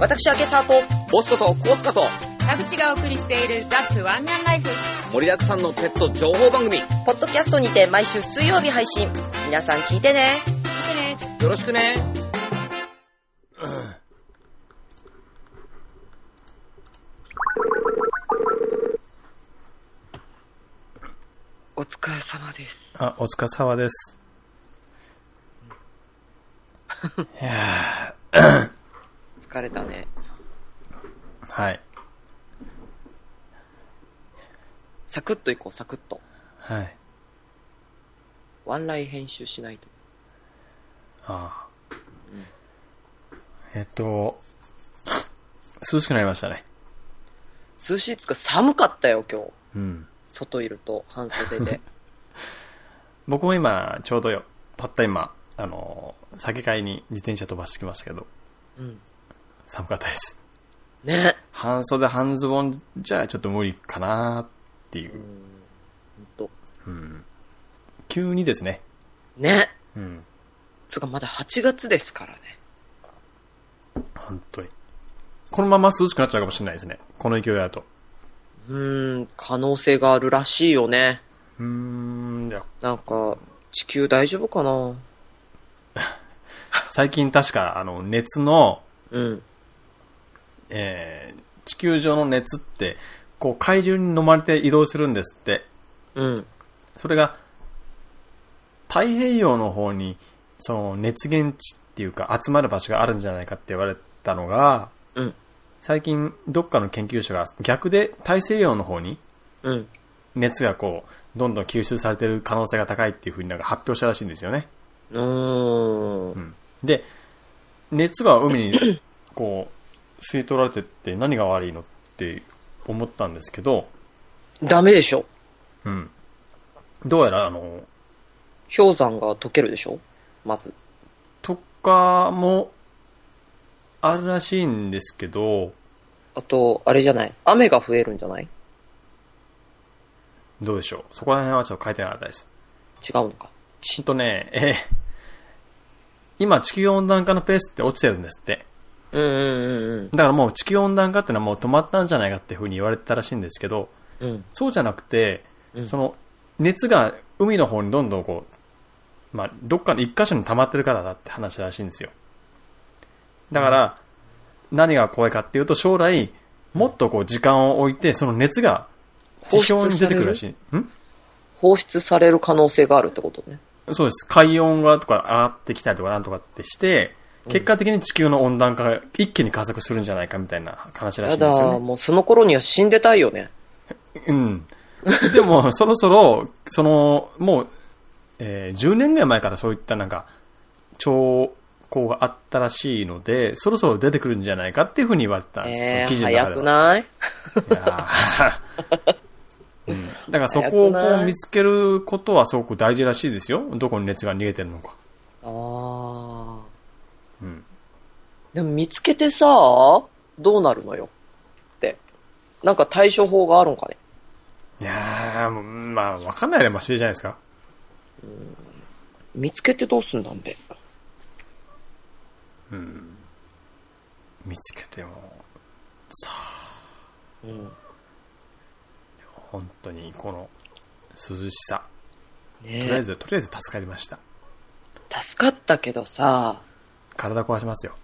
私、明沢と、ボスことコーツカと田口がお送りしているザ・スワンガンライフ。盛りだくさんのペット情報番組よポッドキャストにて毎週水曜日配信。皆さん聞いてね。見てね。ろしくねお疲れ様です。あ、お疲れ様です。いや疲れたね。ーはい。サクッといこう、サクッと。はい。ワンライ編集しないと。あーえっと、涼しくなりましたね。涼しいっつうか寒かったよ、今日。うん。外いると、半袖 で。僕も今、ちょうどよ、たった今、あのー、酒買いに自転車飛ばしてきましたけど、うん。寒かったです。ね。半袖半ズボンじゃちょっと無理かなーっていうう。ん。ほんと。うん。急にですね。ね。うん。つうかまだ8月ですからね。本当に。このまま涼しくなっちゃうかもしれないですね。この勢いだと。うーん、可能性があるらしいよね。うーん、じゃあなんか、地球大丈夫かな最近確か、あの、熱の、うん。えー地球上の熱って、こう、海流に飲まれて移動するんですって。うん。それが、太平洋の方に、その、熱源地っていうか、集まる場所があるんじゃないかって言われたのが、うん。最近、どっかの研究者が逆で大西洋の方にうん。熱がこう、どんどん吸収されてる可能性が高いっていうふうになんか発表したらしいんですよね。うーん。で、熱が海 にこう吸い取られてって何が悪いのって思ったんですけど、ダメでしょ。うん。どうやら、あの、氷山が溶けるでしょまず。とかもあるらしいんですけど、あと、あれじゃない雨が増えるんじゃないどうでしょう。そこら辺はちょっと書いてなかったです。違うのか。ほんとね、えー今地球温暖化のペースって落ちてるんですって。うんうんうんだからもう地球温暖化ってのはもう止まったんじゃないかっていうふうに言われてたらしいんですけど、うん。うん。そうじゃなくて、うんその熱が海の方にどんどんこう、まあ、どっかの一箇所に溜まってるからだって話らしいんですよ。だから、何が怖いかっていうと、将来、もっとこう時間を置いて、その熱が地表に出てくるらしい。ん放出される可能性があるってことね。そうです。海温がとか上がってきたりとかなんとかってして、結果的に地球の温暖化が一気に加速するんじゃないかみたいな話らしいやんですよだ、ね。もうその頃には死んでたいよね。うん。でも、そろそろ、その、もう、えー10年ぐらい前からそういったなんか、兆候があったらしいので、そろそろ出てくるんじゃないかっていうふうに言われてたんです、えそのー、記事の中早でくは。ないいやーうん、だからそこをこ早くなうい見つけることはすごく大事らしいですよ。どこに熱が逃げてるのか。ああ。うん。でも見つけてさ、どうなるのよって。なんか対処法があるんかね。いやー、もうまあ、わかんないでマシじゃないですか。見つけてどうすんだんべ。見つけても、うん。本当にこの涼しさ。とりあえねず、とりあえず助かりました。助かったけどさ、体壊しますよ。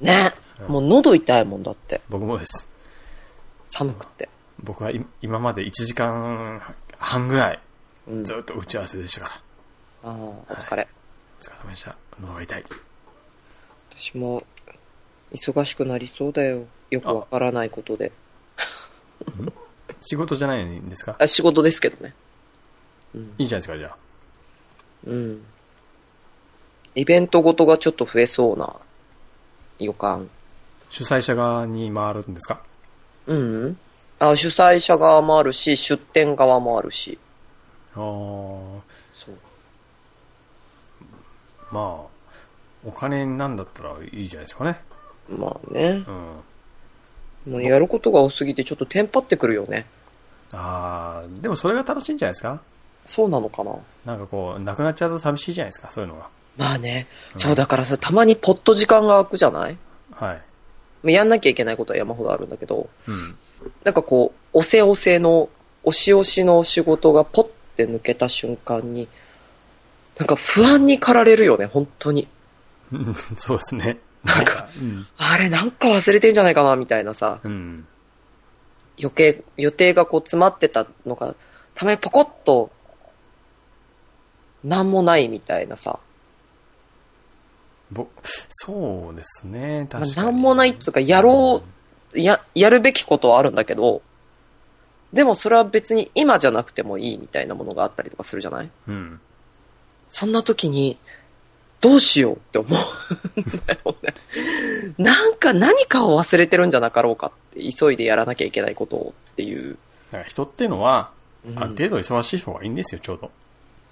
ね、もう喉痛いもんだって。僕もです。寒くって。僕はい今まで1時間半ぐらい、うん。ずっと打ち合わせでしたかああ、ら。お疲れ。お疲れ様でした。喉が痛い。私も、忙しくなりそうだよ。よくわからないことで。仕事じゃないんですかあ、仕事ですけどね。いいじゃないですか、じゃあ。うん。イベントごとがちょっと増えそうな予感。主催者側に回るんですかうん。あ、主催者側もあるし、出店側もあるし。あーそう。まあ、お金なんだったらいいじゃないですかね。まあねう。ん。もうやることが多すぎてちょっとテンパってくるよね。あーでもそれが楽しいんじゃないですかそうなのかななんかこう、なくなっちゃうと寂しいじゃないですか、そういうのが。まあね。そうだからさ、たまにポッと時間が空くじゃないはい。まあやんなきゃいけないことは山ほどあるんだけど、うん。なんかこう、おせおせの、おしおしの仕事がポッて抜けた瞬間に、なんか不安に駆られるよね、本当に。うん そうですね。なんか、うん。あれなんか忘れてんじゃないかな、みたいなさ、うん。余計、予定がこう詰まってたのが、たまにポコッと、なんもないみたいなさ、ぼそうですね。まあ確かに。なんもないっつうか、やろう、や、やるべきことはあるんだけど、でもそれは別に今じゃなくてもいいみたいなものがあったりとかするじゃないうん。そんな時に、どうしよう って思うんだよね。なんか何かを忘れてるんじゃなかろうかって、急いでやらなきゃいけないことをっていう。だから人っていうのは、うんある程度忙しい方がいいんですよ、ちょうど。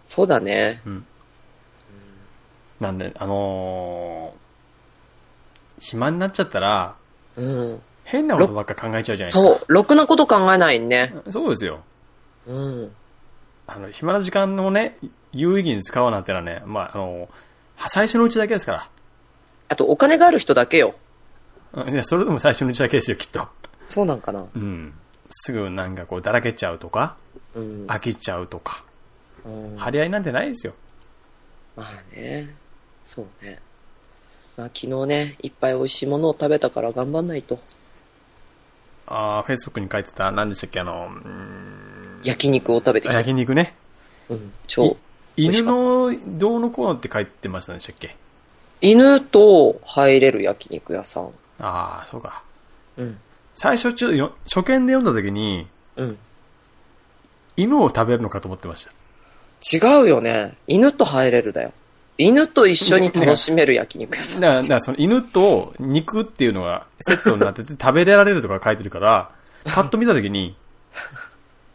そうだね。なんで、あのー暇になっちゃったら、うん。変なことばっか考えちゃうじゃないですそか。う。ろくなこと考えないね。そう。そうですよ。うん。あの、暇な時間をね、有意義に使おうなんてのはね、まあ、あのー最初のうちだけですかあと、お金がある人だけよ。ら。うんいや、それでも最初のうちだけですよ、きっと。そうなんかな。うん。すぐなんかこう、だらけちゃうとか、うん。飽きちゃうとか、うん張り合いなんてないですよ。まあね。そうね。まあ、昨日ね、いっぱい美味しいものを食べたから頑張んないと。ああ、Facebook に書いてた、何でしたっけ、あの、うん焼肉を食べてきた。焼肉ね。うん。超。い美味犬しかっのどうのこうのって書いてましたでしたっけ犬と入れる焼肉屋さん。ああ、そうか。うん。最初ちょよ、初見で読んだ時に、うん。犬を食べるのかと思ってました。違うよね。犬と入れるだよ。犬と一緒に楽しめる焼肉屋さんだから、でだすよ。からその犬と肉っていうのがセットになってて食べれられるとか書いてる から、パッと見た時に、あ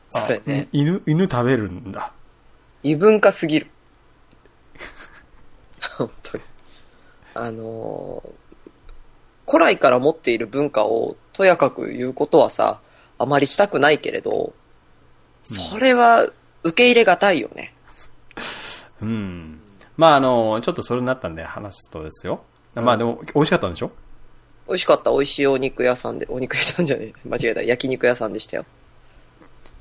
それね。うん犬、犬食べるんだ。異文化すぎる。 本当に。あのー古来から持っている文化をとやかく言うことはさ、あまりしたくないけれど、それは受け入れがたいよね。うん。まああの、ちょっとそれになったんで話すとですよ。まあでも、美味しかったんでしょ美味しかった。美味しいお肉屋さんで、お肉屋さんじゃねえ。間違えた。焼肉屋さんでしたよ。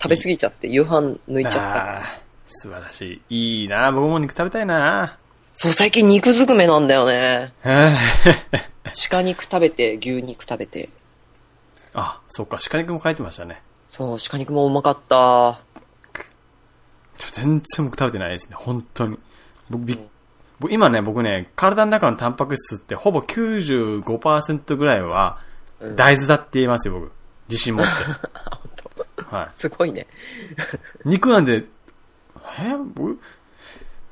食べ過ぎちゃって、夕飯抜いちゃった。あー素晴らしい。いいな僕も肉食べたいなそう、最近肉ずくめなんだよね。えー鹿肉食べて、牛肉食べて。 あ、そっか、鹿肉も書いてましたね。そう、鹿肉もうまかった。ちょ全然僕食べてないですね、本当に。僕びっ、僕今ね、僕ね、体の中のタンパク質ってほぼ95%ぐらいは大豆だって言いますよ、僕。自 信持って。はい。すごいね。肉なんで、え僕、う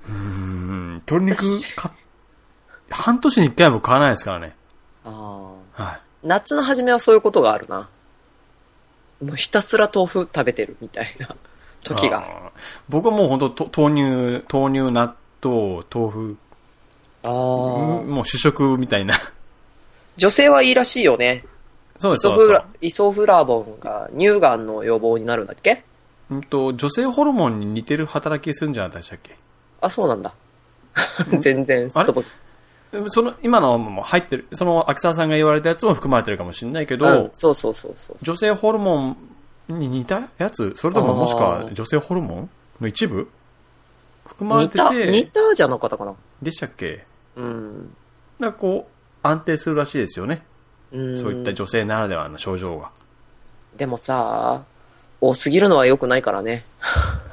ーん、鶏肉私買っ半年に一回も買わないですからね。ああ。はい。夏の初めはそういうことがあるな。もうひたすら豆腐食べてるみたいな 時が。あー。僕はもう本当と豆乳、豆乳、納豆、豆腐、あうんーもう主食み たいな。女性はいいらしいよね。そうイです、そソうですフラ、イソフラボンが乳がんの予防になるんだっけうんと、女性ホルモンに似てる働きするんじゃなかったでしたっけあ、そうなんだ。 全然、すっとぼっうんその、今のも入ってる、その、秋沢さんが言われたやつも含まれてるかもしれないけど、うんそうそうそうそう。女性ホルモンに似たやつそれとももしくあはー女性ホルモンの一部含まれ似てた、似て、たじゃなかったかな。でしたっけうん。なんかこう、安定するらしいですよね。うんそういった女性ならではの症状が。でもさ、多すぎるのは良くないからね。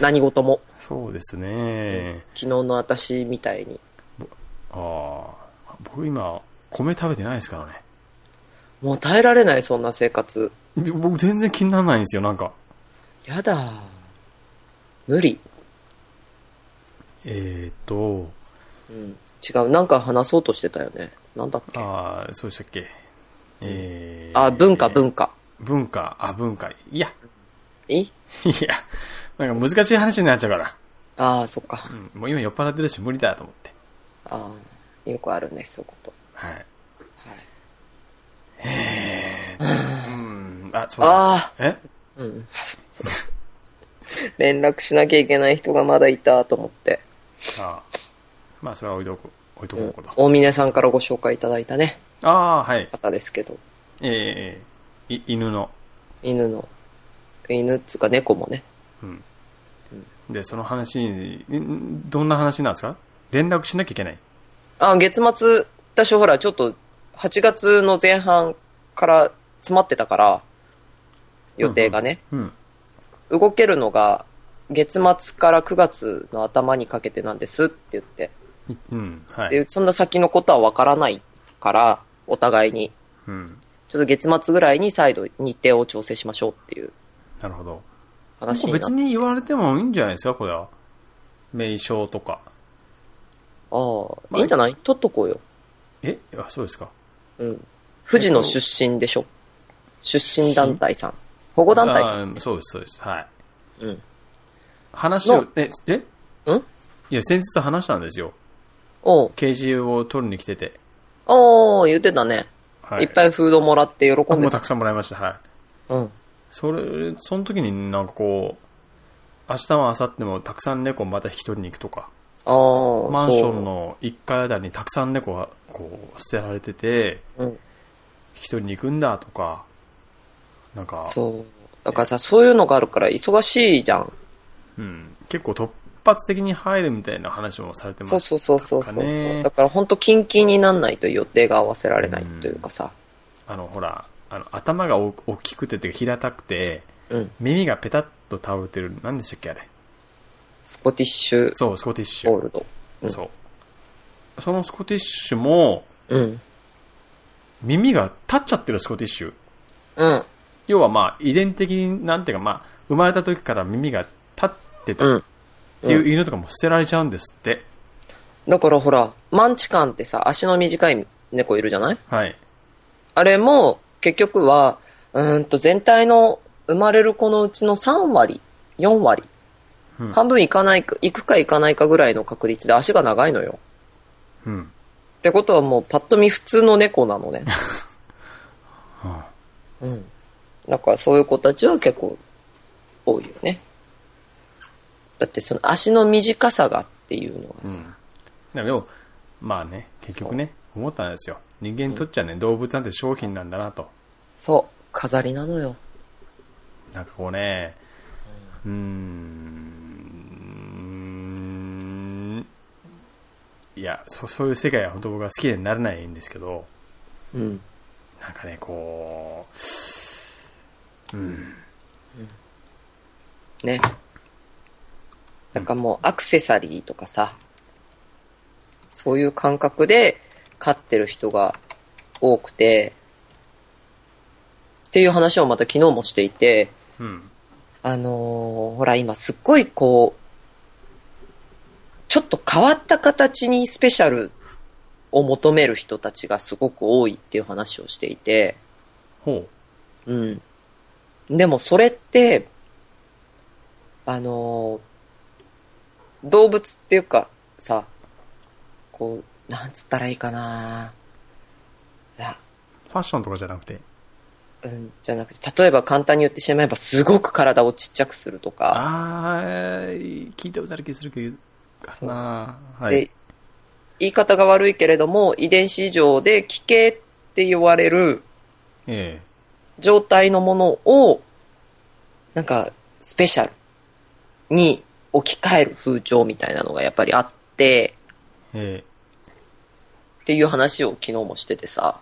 何事も。そうですね。昨日の私みたいに。ああ、僕今、米食べてないですからね。もう耐えられない、そんな生活。僕全然気にならないんですよ、なんか。やだ。無理。えーと、うん。違う。なんか話そうとしてたよね。なんだっけ。あ、ああ、そうでしたっけ。えー、文化、文化。文化、あ、文化。いや、いいいや、なんか難しい話になっちゃうから。ああ、そっかう。ん、もう今酔っ払ってるし無理だと思って。ああ、よくあるね、そういうこと。はい。はい。うん、あ、そうだ。ああ、えうん。 連絡しなきゃいけない人がまだいたと思って。あまあ、それは置いとこう、置いとうこんうこと。大峰さんからご紹介いただいたね。ああ、はい。方ですけど、ええい犬の。犬の、犬っつうか猫もね。うん。で、その話に、んどんな話なんですか連絡しなきゃいけない。あ、月末、私ほら、ちょっと、8月の前半から詰まってたから、予定がね、うん。動けるのが、月末から9月の頭にかけてなんですって言って、いうん、はい。で、そんな先のことはわからないから、お互いに、うん。ちょっと月末ぐらいに再度日程を調整しましょうっていうなるほど。話になって別。に言われてもいいんじゃないですか、これは。名称とか。ああ、いいんじゃない取っとこうよ。えあ、そうですか。うん。富士の出身でしょ。出身団体さん。保護団体さん。あーそうです、そうです。はい。うん。話をの、え、えうんいや、先日話したんですよ。おう。ケージを取りに来てて。おー、言ってたね。、はいっぱいフードもらって喜んもでうた。たくさんもらいました。はい。うん。それ、その時になんかこう、明日も明後日もたくさん猫をまた引き取りに行くとか、あー。マンションの1階あたりにたくさん猫がこう捨てられてて、そう。うん。引き取りに行くんだとか、なんか、そう。だからさ、そういうのがあるから忙しいじゃん。うん、結構突発的に入るみたいな話もされてまそうしそたうそうそうかそう。ねだから本当キンキンになんないと予定が合わせられないというかさ。あの、ほら、あの頭が大大きくてて平たくて、うん。耳がペタッと倒れてる、何でしたっけあれ。スコティッシュそう、スコティッシゴーュ。ルド。うんそう。そのスコティッシュも、うん。耳が立っちゃってるスコティッシュ。うん。要はまあ、遺伝的に、なんていうかまあ、生まれた時から耳が立ってたうっん。ていう犬とかも捨てられちゃうんですって。だからほら、マンチカンってさ、足の短い猫いるじゃないはい。あれも結局は、うーんと全体の生まれる子のうちの3割、4割、うん半分いかないか、いくかいかないかぐらいの確率で足が長いのよ。うん。ってことはもうパッと見普通の猫な のね。うん。だからそういう子たちは結構多いよね。だってその足の短さがっていうのうがさ、ん。でも、まあね、結局ね、思ったんですよ。人間にとっちゃね、動物なんて商品なんだなと。そう、飾りなのよ。なんかこうね、うーん、いや、そそういう世界は本当僕は好きになれないんですけど、うん。なんかね、こね。なんかもうアクセサリーとかさ、そういう感覚で飼ってる人が多くて、っていう話をまた昨日もしていて、う、うん、あのーほら今すっごいこう、ちょっと変わった形にスペシャルを求める人たちがすごく多いっていう話をしていて、ほうん。でもそれって、あのー動物っていうかさ、こう、なんつったらいいかな。いや、う、ファッションとかじゃなくて、うん、じゃなくて、例えば簡単に言ってしまえば、すごく体をちっちゃくするとか、あー、聞いたことある気するけど、かなはでい。言い方が悪いけれども、遺伝子異常で奇形って言われるえ状態のものを、なんか、スペシャルに置き換える風潮みたいなのがやっぱりあって、え、えっていう話を昨日もしててさ。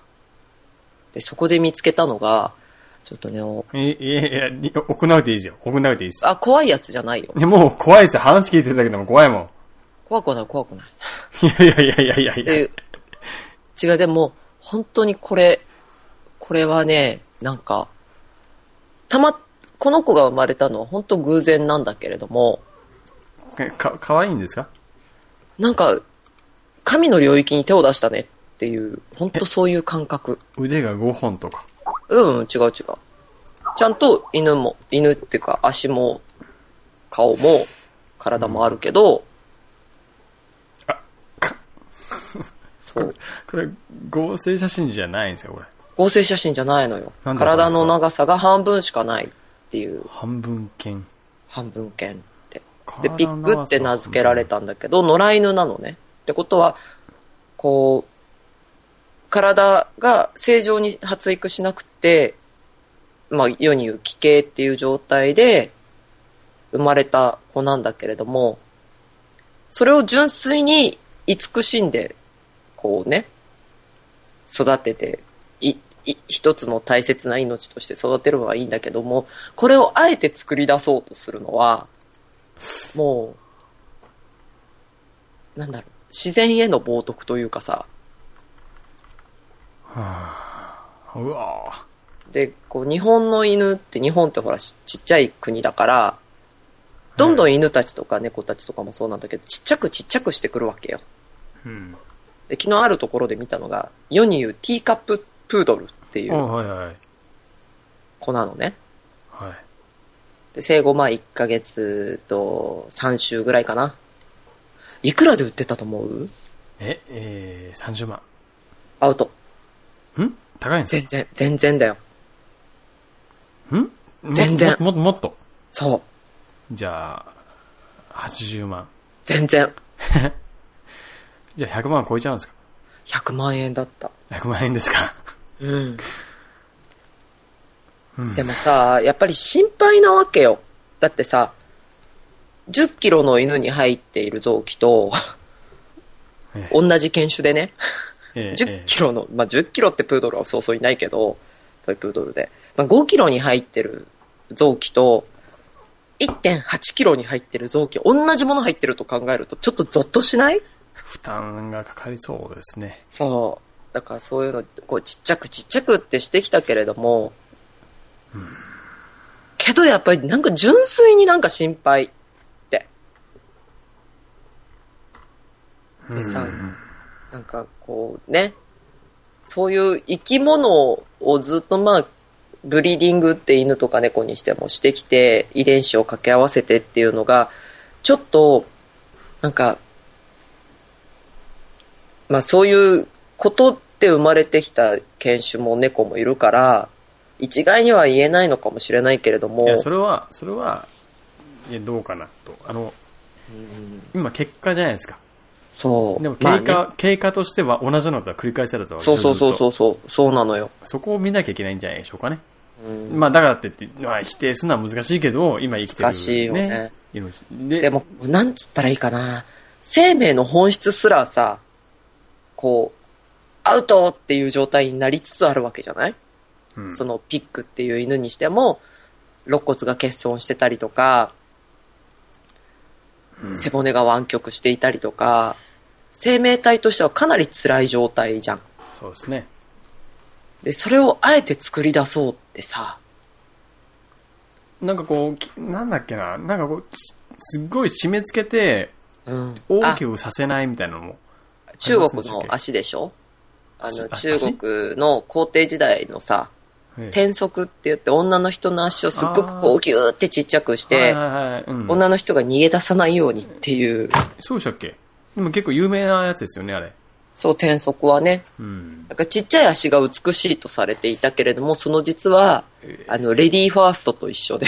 で、そこで見つけたのが、ちょっとね、おえ、いやいや、いや行うでいいですよ。行うでいいです。あ、怖いやつじゃないよ。でもう怖いですよ。話聞いてるだけでも怖いもん。怖くはない、怖くない。いやいやいやいやいやいや。で、違う、でも、本当にこれ、これはね、なんか、たま、この子が生まれたのは本当偶然なんだけれども、か、かわいいんですかなんか、神の領域に手を出したねっていう、本当そういう感覚。腕が5本とか。うん、違う違う。ちゃんと犬も、犬っていうか足も、顔も、体もあるけど、そう。これ、合成写真じゃないんですよ、これ。合成写真じゃないのよ。なんだこれ体の長さが半分しかないっていう、半分犬。半分犬って。で、体のピッグって名付けられたんだけど、野良犬なのね。ってことは、こう、体が正常に発育しなくて、まあ、世に言う奇形っていう状態で生まれた子なんだけれども、それを純粋に慈しんで、こうね、育てて、い、い一つの大切な命として育てるのはいいんだけども、これをあえて作り出そうとするのは、もう、なんだろう、自然への冒涜というかさ、うわぁ。で、こう、日本の犬って、日本ってほら、しちっちゃい国だから、どんどん犬たちとか猫たちとかもそうなんだけど、ちっちゃくちっちゃくしてくるわけよ。うん。で、昨日あるところで見たのが、世に言うティーカッププードルっていあうはいはい。子なのね。はい。で、生後まあ1ヶ月と3週ぐらいかな。いくらで売ってたと思うえ、えー、30万。アウト。ん高いんです全然、全然だよ。かんも全然もっともっともっと。そう。じゃあ、80万。全然。じゃあ100万超えちゃうんですか100万円だった。 ?100 万円ですか うん。でもさ、やっぱり心配なわけよ。だってさ、10キロの犬に入っている臓器と、ええ同じ犬種でね、ええ10キロの、まあ、10キロってプードルはそうそういないけど、トイプードルで、まあ、5キロに入ってる臓器と、1.8キロに入ってる臓器、同じもの入ってると考えると、ちょっとゾッとしない負担がかかりそうですね。そう。だからそういうの、こう、ちっちゃくちっちゃくってしてきたけれども、けどやっぱりなんか純粋になんか心配って。でさ、なんかこうね、そういう生き物をずっとまあ、ブリーディングって犬とか猫にしてもしてきて、遺伝子を掛け合わせてっていうのが、ちょっと、なんか、まあそういうことって生まれてきた犬種も猫もいるから、一概には言えないのかもしれないけれども、いや、それは、それは、いや、どうかなと。あの、今結果じゃないですか。そう。でも経過、まあね経過としては同じようなことは繰り返されたわけ。そうそうそうそううそう、そうなのよ。そこを見なきゃいけないんじゃないでしょうかね。うんまあだからって言って、まあ、否定するのは難しいけど、今生きてる、ね。難しいよね命。で、でも、なんつったらいいかな。生命の本質すらさ、こう、アウトっていう状態になりつつあるわけじゃない、うんそのピックっていう犬にしても、肋骨が欠損してたりとか、うん背骨が湾曲していたりとか、生命体としてはかなり辛い状態じゃん。そうですね。で、それをあえて作り出そうってさ、なんかこうき、なんだっけな、なんかこう、ちすっごい締め付けて、うん。大きくさせないみたいなのも。あ中国の足でしょあ足の、足中国の皇帝時代のさ、ええ転足って言って女の人の足をすっごくこあうギューってちっちゃくしはいて、はいはいうん女の人が逃げ出さないようにっていう、そうでしたっけでも結構有名なやつですよね、あれ。そう転足はね、うん。なんかちっちゃい足が美しいとされていたけれども、その実はえ、えあの、レディーファーストと一緒で、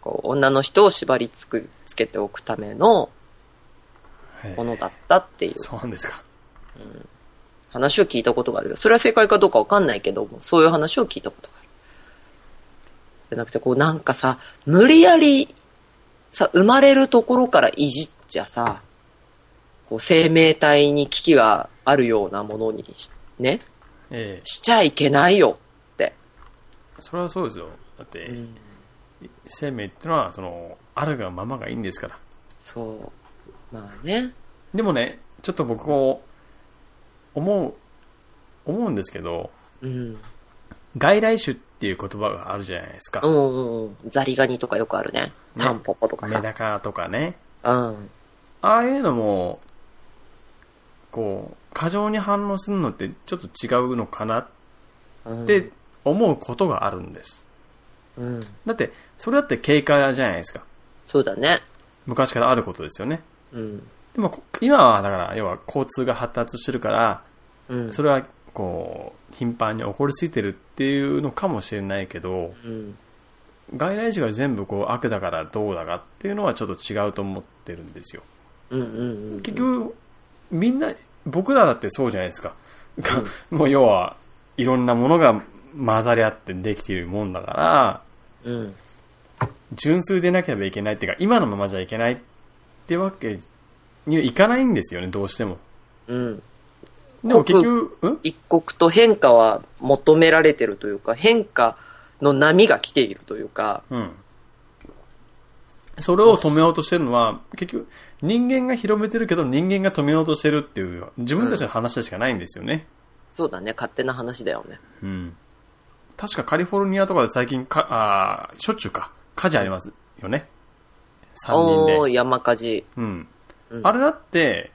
こう女の人を縛りつく、つけておくためのはいものだったっていうそうなんですか。話を聞いたことがあるよ。それは正解かどうかわかんないけども、そういう話を聞いたことがある。じゃなくて、こうなんかさ、無理やり、さ、生まれるところからいじっちゃさ、こう生命体に危機があるようなものにし、ね、ええしちゃいけないよって。それはそうですよ。だって、ん生命ってのは、その、あるがままがいいんですから。そう。まあね。でもね、ちょっと僕こう、思う、思うんですけど、うん。外来種っていう言葉があるじゃないですかう。んうんうん。ザリガニとかよくあるね。ねタンポポとかメさ。ダカとかね。うん。ああいうのも、こう、過剰に反応するのってちょっと違うのかなっうん、て思うことがあるんです。うん。だって、それだって警戒じゃないですか。そうだね。昔からあることですよね。うん。でも、こ今はだから、要は交通が発達してるから、うん。それはこう、頻繁に起こりついてるっていうのかもしれないけど、うん。外来種が全部こう悪だからどうだかっていうのはちょっと違うと思ってるんですよ。うんうんうん。結局、みんな、僕らだってそうじゃないですか。がもう要は、いろんなものが混ざり合ってできているもんだから、うん。純粋でなければいけないっていうか、今のままじゃいけないってわけにはいかないんですよね、どうしても。うん。でも結局、うん一刻と変化は求められてるというか、変化の波が来ているというか、うん。それを止めようとしてるのは、結局、人間が広めてるけど人間が止めようとしてるっていう、自分たちの話でしかないんですよね。そうだね、勝手な話だよね。うん。確かカリフォルニアとかで最近か、あーしょっちゅうか、火事ありますよね。3人でお。ー、山火事。うん。うんあれだって、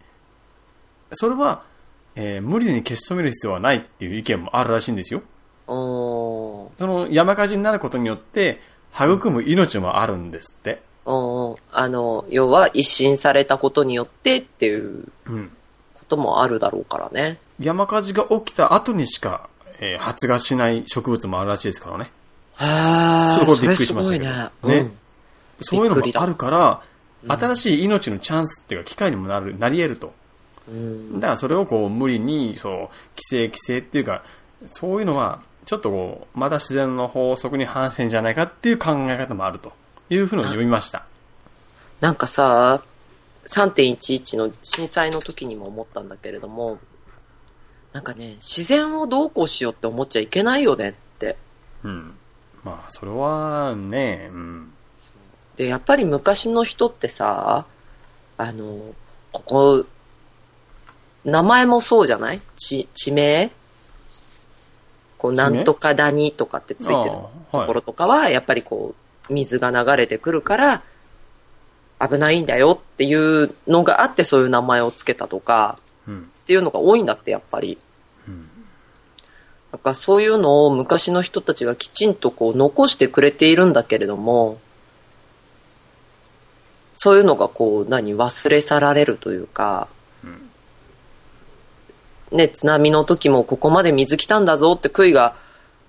それは、えー無理に消し止める必要はないっていう意見もあるらしいんですよ。おー、その山火事になることによって、育む命もあるんですって。おーあの、要は一新されたことによってっていううん。こともあるだろうからね。山火事が起きた後にしか、えー発芽しない植物もあるらしいですからね。はちょっとこれびっくりしましたけどね。ねうんそういうのびっもくりだあるから、新しい命のチャンスっていうか、機会にもなる、なり得ると。だからそれをこう、無理に、そう、規制規制っていうか、そういうのは、ちょっとこう、また自然の法則に反してんじゃないかっていう考え方もあるというふうに読みました。なんかさ、3.11の震災の時にも思ったんだけれども、なんかね、自然をどうこうしようって思っちゃいけないよねって。うん。まあ、それはね、うん。で、やっぱり昔の人ってさ、あの、ここ、名前もそうじゃない地、地名こう、地な名んとか谷とかってついてるああところとかは、やっぱりこう、水が流れてくるから、危ないんだよっていうのがあって、そういう名前をつけたとか、うん。っていうのが多いんだって、やっぱり。うんなんかそういうのを昔の人たちがきちんとこう残してくれているんだけれども、そういうのがこう何忘れ去られるというか、ね、津波の時もここまで水来たんだぞって杭が、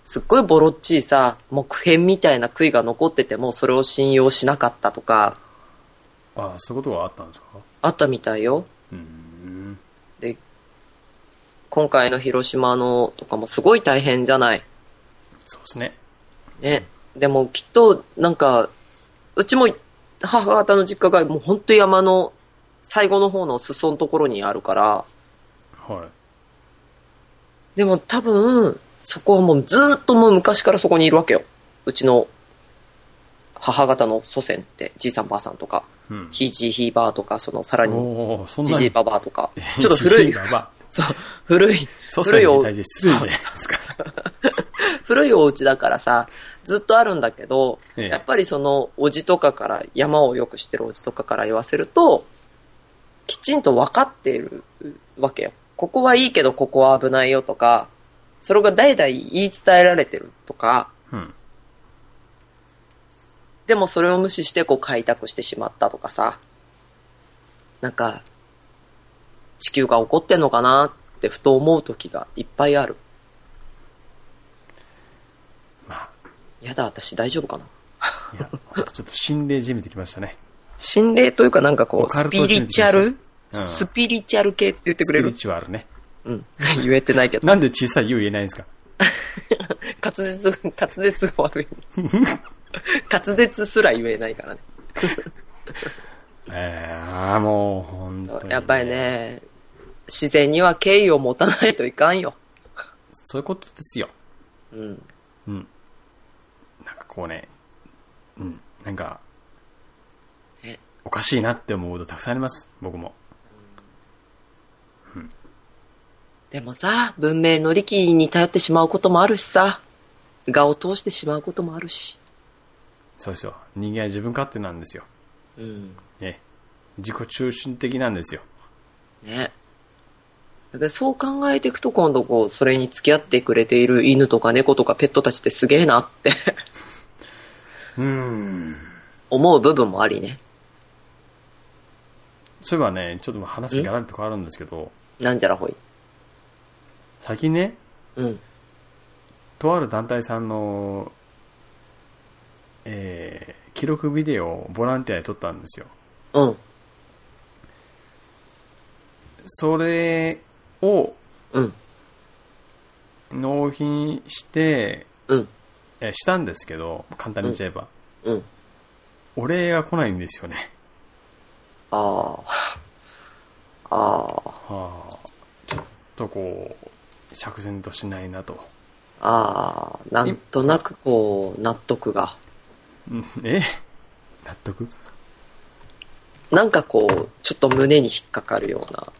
すっごいボロっちいさ、木片みたいな杭が残っててもそれを信用しなかったとか、ああ、そういうことがあったんですかあったみたいよ。うん。で、今回の広島のとかもすごい大変じゃない。そうですね。ね、でもきっとなんかうちも母方の実家がもう本当山の最後の方の裾のところにあるからはい。でも多分そこはもうずーっともう昔からそこにいるわけようちの母方の祖先ってじいさんばあさんとかうん。ひいじいひいばあとかそのさらにおおそんじなじいに。ばばあとかちょっと古いじじいばばそう古いそう古いおに対して失礼じゃないですか。 古いお家だからさ、ずっとあるんだけど、ええやっぱりその、おじとかから、山をよくしてるおじとかから言わせると、きちんと分かっているわけよ。ここはいいけど、ここは危ないよとか、それが代々言い伝えられてるとか、うん。でもそれを無視してこう開拓してしまったとかさ、なんか、地球が怒ってんのかなってふと思う時がいっぱいある。まやだ、私大丈夫かなあ、いや、ちょっと心霊じみてきましたね。心霊というかなんかオこう、カスルトピリチュアル、人生スピリチュアル系って言ってくれスるピリ。チュアルね。うん。言えてないけど。なんで小さい U 言えないんですか滑舌、滑舌が 悪い。滑舌すら言えないからね。ええああ、もう、本当に。やっぱり。ね、自然には敬意を持たないといかんよ。そういうことですよ。うん。うん。なんかこうね、うん、なんかえ、おかしいなって思うことたくさんあります、僕も。でもさ、文明の利器に頼ってしまうこともあるしさ、画を通してしまうこともあるし。そうですよ。人間は自分勝手なんですよ。うん。ね。自己中心的なんですよ。ね。だからそう考えていくと今度こう、それに付き合ってくれている犬とか猫とかペットたちってすげえなってうん。思う部分もありね。そういえばね、ちょっと話がらりと変わるんですけど、なんじゃらほい。最近ね、うん。とある団体さんの、えー、記録ビデオをボランティアで撮ったんですよ。うん。それを、うん。納品して、うん。えーしたんですけど、簡単に言っちゃえば、うん。お礼が来ないんですよね。ああ。ああ。はあ、ちょっとこう、釈然としないなと。ああ。なんとなくこう、納得が。うんえ納得なんかこう、ちょっと胸に引っかかるような。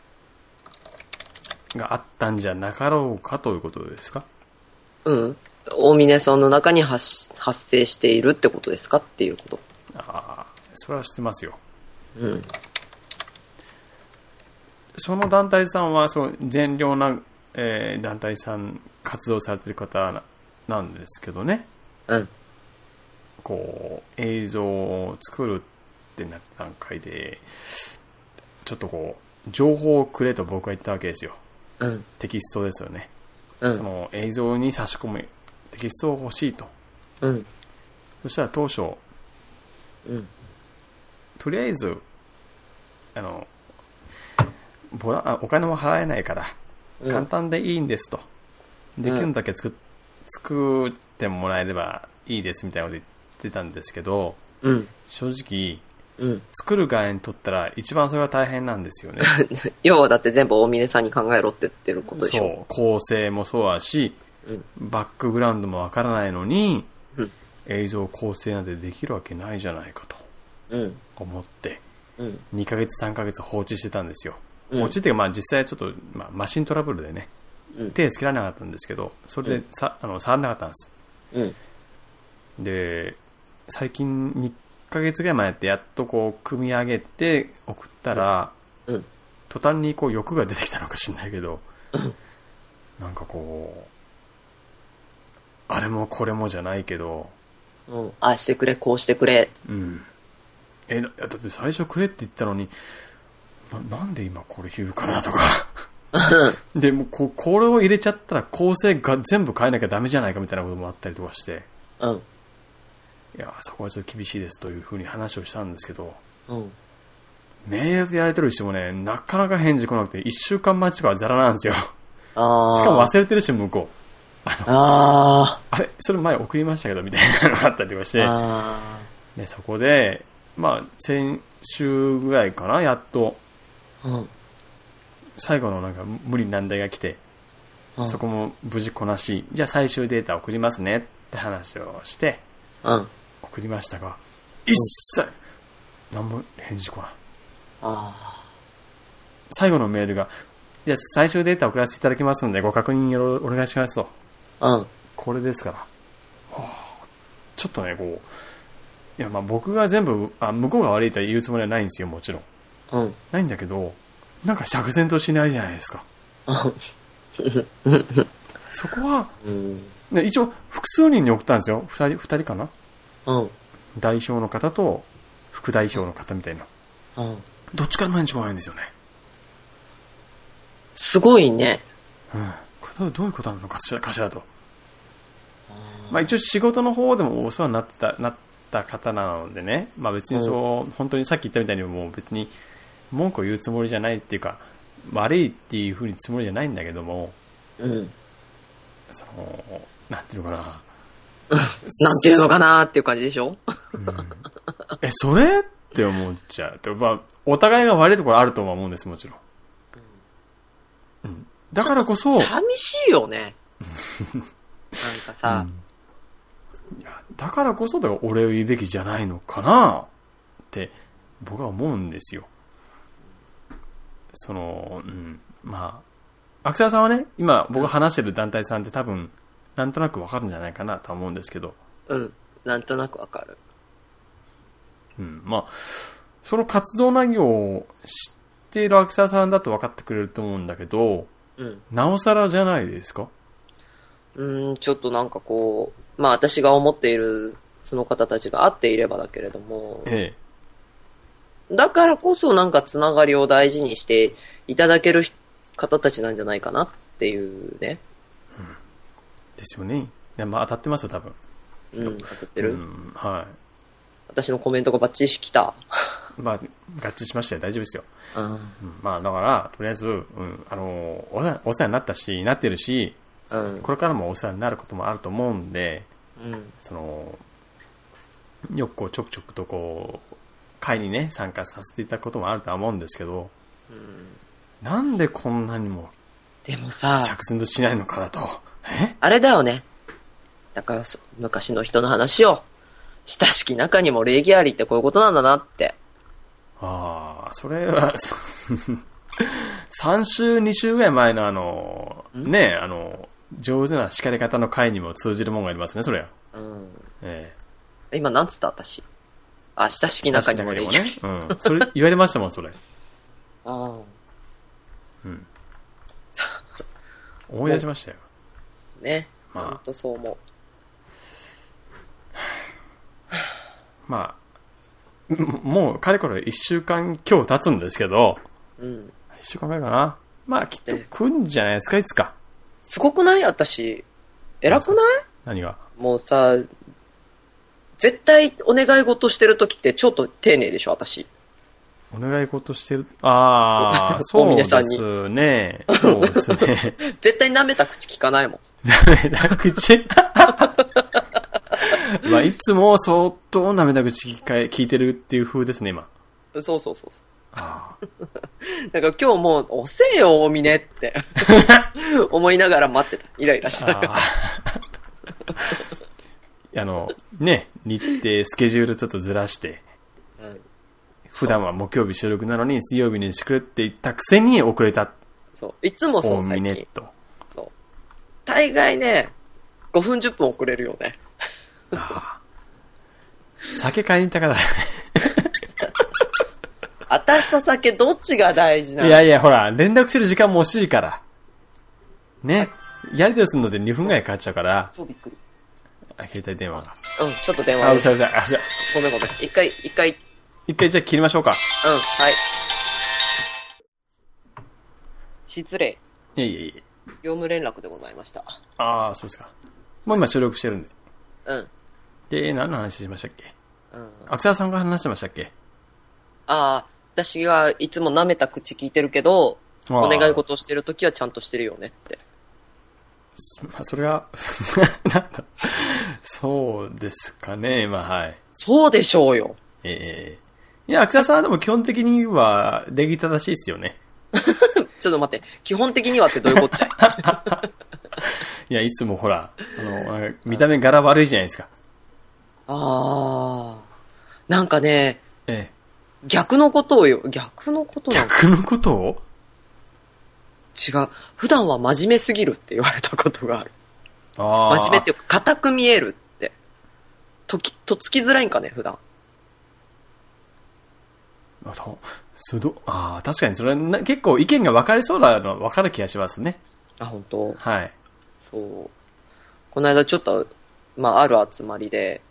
があったんじゃなかろうかということですかうん。大峰さんの中に発し発生しているってことですかっていうこと。ああ、それは知ってますよ。うん。その団体さんは、そう、善良な、えー団体さん、活動されてる方ななんですけどね。うん。こう、映像を作るってなった段階で、ちょっとこう、情報をくれと僕は言ったわけですよ。うん。テキストですよね。うそん。の映像に差し込むテキストを欲しいと。うん。そしたら当初、うん。とりあえず、あの、ボラあお金も払えないから、うん簡単でいいんですと。できるのだけ作っ作ってもらえればいいですみたいなこと言ってたんですけど、うん。正直、うん。 作る側にとったら一番それが大変なんですよね。要はだって全部大峰さんに考えろって言ってることでしそょ。う、構成もそうだし、うんバックグラウンドもわからないのに、うん映像構成なんてできるわけないじゃないかとうん。思って、うん。 2ヶ月3ヶ月放置してたんですよ。うん放置っていうか、まあ実際ちょっと、まあ、マシントラブルでね、うん。手つけられなかったんですけど、それでさ、あの触らなかったんです。うん。で、最近2ヶ月ぐらい前やってやっとこう組み上げて送ったら、うん。途端にこう欲が出てきたのか知んないけど、なんかこう、あれもこれもじゃないけど、うん。ああしてくれ、こうしてくれ。うん。え、だだって最初くれって言ったのに、ななんで今これ言うかなとか。で、もうここれを入れちゃったら構成が全部変えなきゃダメじゃないかみたいなこともあったりとかして、うん。いや、そこはちょっと厳しいですというふうに話をしたんですけど、うん。メールでやられてる人もね、なかなか返事来なくて、1週間待ちとかはザラなんですよ。ああ。しかも忘れてるし、向こう。ああれそれ前送りましたけど、みたいなのがあったりとかしーて、あでそこで、まあ、先週ぐらいかな、やっと、ー。うん。最後のなんか無理難題が来て、うんそこも無事こなし、じゃあ最終データ送りますねって話をして、うん。送りましたが、一切、何も返事来ない。あ最後のメールが、じゃあ最終データ送らせていただきますので、ご確認よろお願いしますと。あ。うん。これですから。はあちょっとね、こう、いや、まあ僕が全部、あ、向こうが悪いとは言うつもりはないんですよ、もちろん。うん。ないんだけど、なんか釈然としないじゃないですか。そこは、うん。ね一応、複数人に送ったんですよ。二人、二人かなうん。代表の方と、副代表の方みたいな。うん。どっちから毎日もないんですよね。すごいね。うん。これはどういうことなのかしら、かしらと。まあ一応仕事の方でもお世話になってた、なった方なのでね。まあ別にそう、本当にさっき言ったみたいにもう別に文句を言うつもりじゃないっていうか、悪いっていうふうにつもりじゃないんだけども、うん。その、なんていうのかな。なんていうのかなーっていう感じでしょえ、それって思っちゃう。でまあ、お互いが悪いところあるとは思うんです、もちろん。うん。だからこそ、寂しいよ ね。なんかさ、いやだからこそ、だから俺を言うべきじゃないのかなって、僕は思うんですよ。その、うん。まあ、アクサさんはね、今僕が話してる団体さんって多分、なんとなくわかるんじゃないかなとは思うんですけど、うん。なんとなくわかる。うん。まあ、その活動内容を知っているアクサさんだと分かってくれると思うんだけど、うん。なおさらじゃないですかうーん、ちょっとなんかこう、まあ私が思っているその方たちがあっていればだけれども、えだからこそなんかつながりを大事にしていただける方たちなんじゃないかなっていうね。え。ですよね。いやまあ当たってますよ、多分。うん、当たってうる、ん。は私のコメントがバッチリきた。い。まあ、合致しましたよ。大丈夫ですよ。うん。うんまあだから、とりあえず、うん、あの、お世話お世話になったし、なってるし、うん。これからもお世話になることもあると思うんで、うん。その、よくこうちょくちょくとこう、会にね、参加させていただくこともあるとは思うんですけど、なんでこんなにもでもさ、着然としないのかなと。えあれだよね。だからそ昔の人の話を、親しき中にも礼儀ありってこういうことなんだなって。ああ、それは、3週、2週ぐらい前のあの、ね、あの、上手な叱り方の会にも通じるもんがありますね、それは。うん。ええ今なんつった私。あ、親しき中にも礼儀あり。親しき中にもね。うん。それ、言われましたもん、それ。あうん。思い出しましたよ。あ。ね。まあほんとそう思まあ、ももう、かれこれ1週間今日経つんですけど、う。うん。 1週間ぐらいかな。まあ、きっと来んじゃないですか、いつか。すごくない私。偉くない何が。もうさ、絶対お願い事してるときってちょっと丁寧でしょ、私。お願い事してる。ああ、おそう峰でさんにすね。そうですね。絶対舐めた口聞かないもん。ダメだ口。 まあ、いつも相当なめだ口聞か聞いてるっていう風ですね、今。そうそうそうそああ。う。だから今日もう、遅えよ、大峰 って。思いながら待ってた。イライラしながら。あー あの、ね、日程、スケジュールちょっとずらして、うん普段は木曜日収録なのに水曜日にしてくれって言ったくせに遅れたそう。いつもそ大う、最近峰。と。そう。大概ね、5分10分遅れるよね。あー酒買いに行ったから。私私と酒どっちが大事なのいやいや、ほら、連絡してる時間も惜しいから。ね。やりとりするので2分ぐらいかかっちゃうから、そうびっくり。あ携帯電話が。うん、ちょっと電あ、話うるですさいうるさい。あうるさいごめんごめん。一回、一回、うん、一回じゃあ切りましょうか。はい。失礼。いやいやいや。業務連絡でございました。ああ、そうですか。もう今収録してるんで。うん。で、何の話しましたっけうん。あアクサさんが話してましたっけあー、私はいつも舐めた口聞いてるけど、あーお願い事をしてるときはちゃんとしてるよねって。まあ、それが、 なんだ。そうですかね。まあ、はい。そうでしょうよ。ええいや、アクサさんはでも基本的には、礼儀正しいですよね。ちょっと待って、基本的にはってどういうこっ ちゃいいや、いつもほら、あの、なんか見た目柄悪いじゃないですか。ああ。なんかね、ええ逆のことをよ、逆のことなの逆のことを違う。普段は真面目すぎるって言われたことがある。ああ。真面目っていうか、硬く見えるって。とき、とっつきづらいんかね、普段。あそうそれどああ、確かにそれはな結構意見が分かれそうなのは分かる気がしますね。あ、本当。はい。そう。この間ちょっと、まあ、ある集まりで、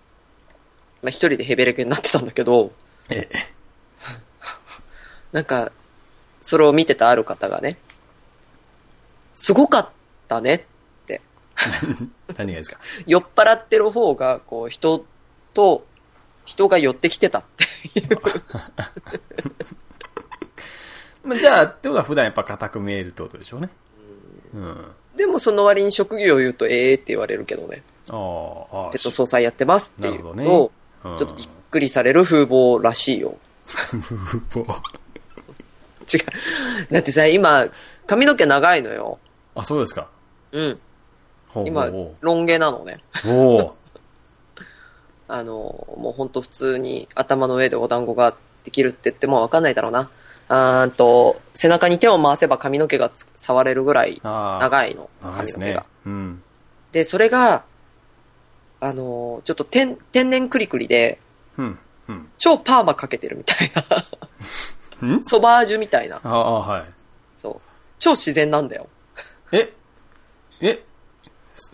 まあ、一人でヘベレケになってたんだけど、ええなんか、それを見てたある方がね、すごかったねって、何がですか酔っ払ってる方が、こう、人と、人が寄ってきてたって。まあ、じゃあ、ってことは普段やっぱ硬く見えるってことでしょうね。うん。あでもその割に職業を言うと、ええって言われるけどね、あ、ああペット総裁やってますってないうると、ほどね。うんちょっとびっくりされる風貌らしいよ。無 違謀う。だってさ、今、髪の毛長いのよ。あ、そうですか。うん。ほうほ今うほ、ロン毛なのね。う。おお。あの、もうほんと普通に頭の上でお団子ができるって言ってもわかんないだろうな。あーんと、背中に手を回せば髪の毛がつ触れるぐらいああ。い。長いの。長いで髪すの毛ねが。。うん。で、それが、あの、ちょっと天天然クリクリで、うん。うん。超パーマかけてるみたいんな。 ソバージュみたいな。ああ、はい。そう。超自然なんだよ。ええ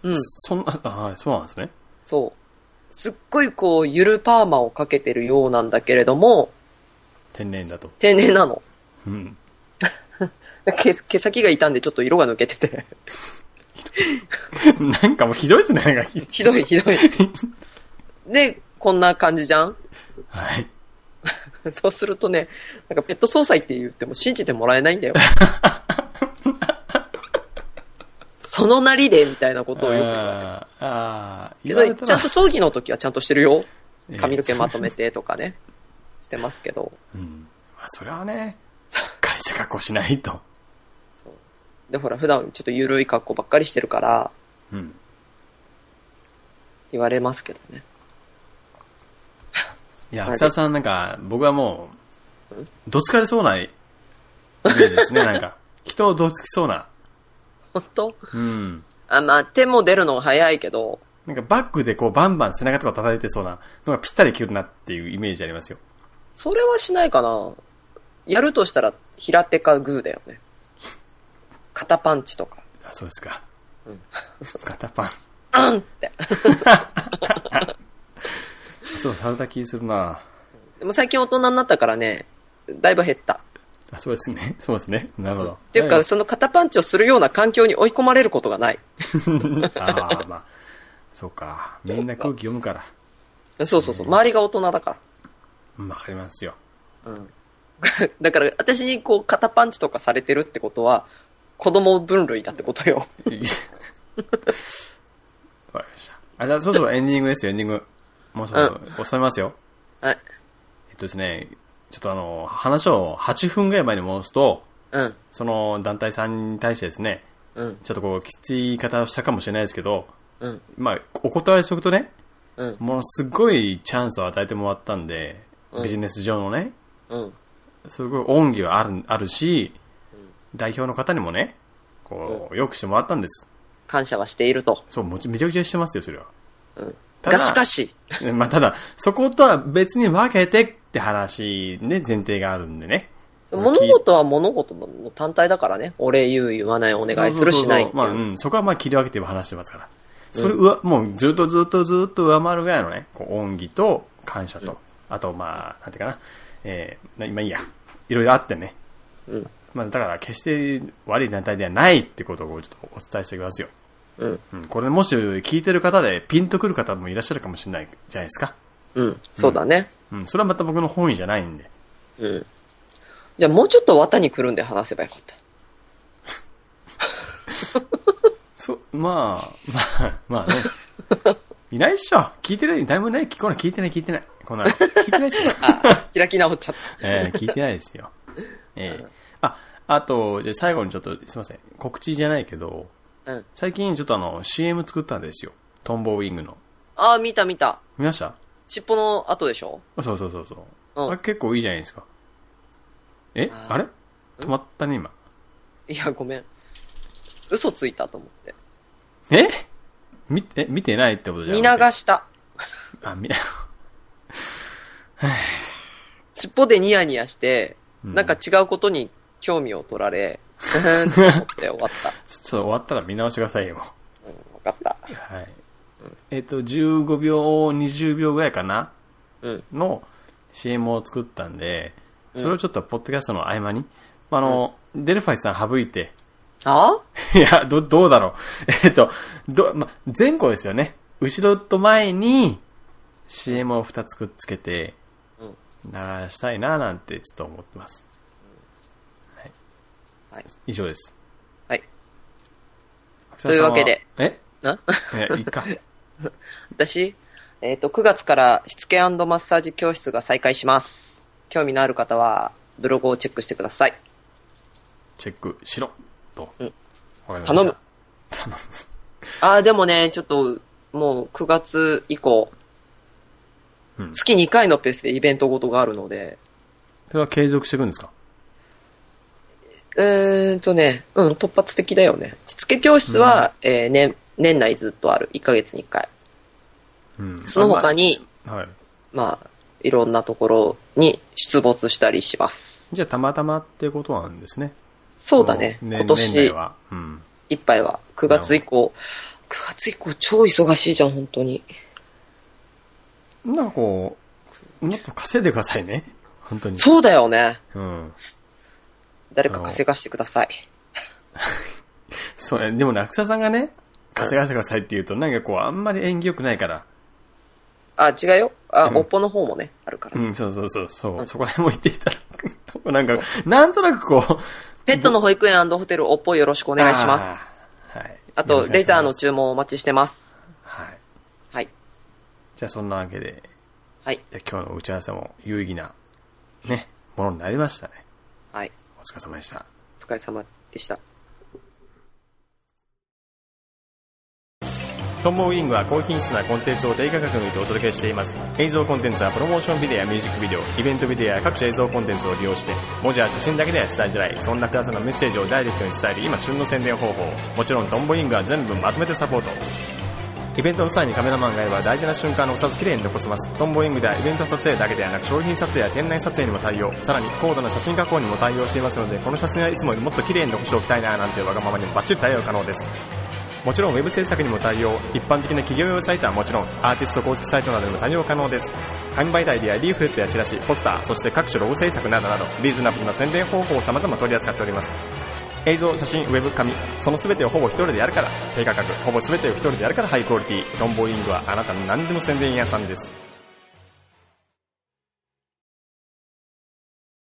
うん。そんな、あはい、そうなんですね。そう。すっごいこう、ゆるパーマをかけてるようなんだけれども、天然だと。丁寧なの。うん。 毛毛先が傷んでちょっと色が抜けてて。なんかもうひどいですね、なんか。ひどいひどい。で、こんな感じじゃん はい。そうするとね、なんかペット 総裁って言っても信じてもらえないんだよ。そのなりで、みたいなことをよく言われる。あーあー、け言われど、たちゃんと葬儀の時はちゃんとしてるよ。ら髪の毛まとめてとかね。してますけど。うん。まあ、それ はね、しっかりした格好しないと。で、ほら、普段ちょっと緩い格好ばっかりしてるから、うん。言われますけどね。いや、はい草田さんなんか、僕はもう、どつかれそうなイメージですね、なんか。人をどつきそうな。本当うん。あ、まあ、手も出るのが早いけど、なんかバッグでこうバンバン背中とか叩いてそうな、のがぴったり切るなっていうイメージありますよ。それはしないかな。やるとしたら、平手かグーだよね。肩パンチとか。あ、そうですか。肩パン。うんって。そう、された気するなでも最近大人になったからね、だいぶ減った。あ、そうですね。 そうですね。なるほど。っっていうか、その肩パンチをするような環境に追い込まれることがない。ああ、まあ、そうか。みんな空気読むから。そうそうそう。周りが大人だかうんわかりますよ。 ら。うん。だから、 私にこう、肩パンチとかされてるってことは、子供分類だってことよ。わかりました。あ、じゃあそろそろエンディングですよ、エンディング。もうそろそろ収めますよ。はい。えっとですね、ちょっとあの、話を8分ぐらい前に戻すと、うん。その団体さんに対してですね、うん。ちょっとこう、きつい言い方をしたかもしれないですけど、うん。まあ、お断りしとくとね、うん。ものすごいチャンスを与えてもらったんで、ビジネス上のね、うん。すごい恩義はある、あるし、代表の方にもね、こう、よくしてもらったんです。感謝はしていると。そう、もちめちゃくちゃしてますよ、それは。うん。ただがしかし。まあ、ただ、そことは別に分けてって話、ね、前提があるんでね。物事は物事の単体だからね。お礼言う、言わない、おお願いする、しないっていう。まあ、うん、そこはまあ切り分けて話してますから。それ、うわ、もうずっとずっとずっと上回るぐらいのね、こう、恩義と感謝と、あと、まあ、なんていうかな、えーな、今いいや、いろいろあってね。うんまあ、だから決して悪い団体ではないってことをちょっとお伝えしておきますよ。うん。うん、これもし聞いてる方でピンとくる方もいらっしゃるかもしれないじゃないですか。うん。そうだね。うん、それはまた僕の本意じゃないんで。うん。じゃあもうちょっと綿にくるんで話せばよかった。そ、まあ、まあ、まあね。 いないっしょ。聞いてない。だいぶない。こんなの聞いてない、聞いてない。こんなの。聞いてないっ すよ。開き直っちゃっえー聞いてないですよ。えーあ、あと、じゃあ最後にちょっと、すいません。告知じゃないけど、た。うん。最近ちょっとあの、CM 作ったんですよ。トンボウィングの。ああ、見た見た。見ました尻尾の後でしょそうそうそうそう。うんあれ結構いいじゃないですか。えああーれ止まったね、今。いや、ごめん。嘘ついたと思って。え見て、え見てないってことじゃん見流した。あ、 見、尻尾でニヤニヤして、うんなんか違うことに興味を取られ、うーんって思って終わった。ちょっと終わったら見直してくださいよ。わかった。はい。えっ、と、15秒、20秒ぐらいかなうん。の CM を作ったんで、それをちょっとポッドキャストの合間に、あの、デルファイさん省いて、 あいや、ど、どうだろう。 えっ、と、ど、ま、前後ですよね。後ろと前に CM を2つくっつけて、うん流したいななんてちょっと思ってます。はい。以上です。はい。とというわけで。え なえ、いいか。私、えっ、と、9月からしつけマッサージ教室が再開します。興味のある方は、ブログをチェックしてください。チェックしろ。と。うんわかりました頼む。ああ、でもね、ちょっと、もう9月以降、うん月2回のペースでイベントごとがあるので、それは継続していくんですかうーんとね、うん、突発的だよね。しつけ教室は、えー年、年内ずっとある。1ヶ月に1回。うん。その他に、あ。まあはい。まあ、いろんなところに出没したりします。じゃあ、たまたまってことなんですね。そうだね。この今年内年は。うん。いっぱいは。9月以降。9月以降超忙しいじゃん、本当に。なんかこう、もっと稼いでくださいね。 本当に。そうだよね。うん。誰か稼がしてください。そうね。でも、落草さんがね、稼がせてくださいって言うと、なんかこう、あんまり縁起良くないから。あ、違うよ。あ、うんおっぽの方もね、あるからう。ん、そうそうそう、そうう。んそこら辺も言っていただく。 なんか、なんとなくこう、ペットの保育園ホテルおっぽよろしくおお願いします。。はい。あよろと、しくお願いしますレザーの注文お待ちしてます。はい。はい。じゃあそんなわけで、はい。じゃあ今日の打ち合わせも有意義な、ね、ものになりましたね。はい。お疲れ様でした。お疲れ様でした。トンボウィングは高品質なコンテンツを低価格にてお届けしています。映像コンテンツはプロモーションビデオやミュージックビデオ、イベントビデオや各種映像コンテンツを利用して、文字や写真だけでは伝えづらい、そんな複雑なメッセージをダイレクトに伝える今旬の宣伝方法。もちろんトンボウィングは全部まとめてサポート。イベントの際にカメラマンがいれば大事な瞬間のお札きれいに残せます。トンボウィングではイベント撮影だけではなく商品撮影や店内撮影にも対応、さらに高度な写真加工にも対応していますので、この写真はいつもよりもっと綺麗に残しておきたいななんていうわがままにもバッチリ対応可能です。もちろんウェブ制作にも対応、一般的な企業用サイトはもちろん、アーティスト公式サイトなどにも対応可能です。紙媒体でやリーフレットやチラシ、ポスター、そして各種ロゴ制作などなど、リーズナブルな宣伝方法を様々取り扱っております。映像、写真、ウェブ、紙、その全てをほぼ一人でやるから、低価格、ほぼ全てを一人でやるからハイクオリティ、トンボウイングはあなたの何でも宣伝屋さんです。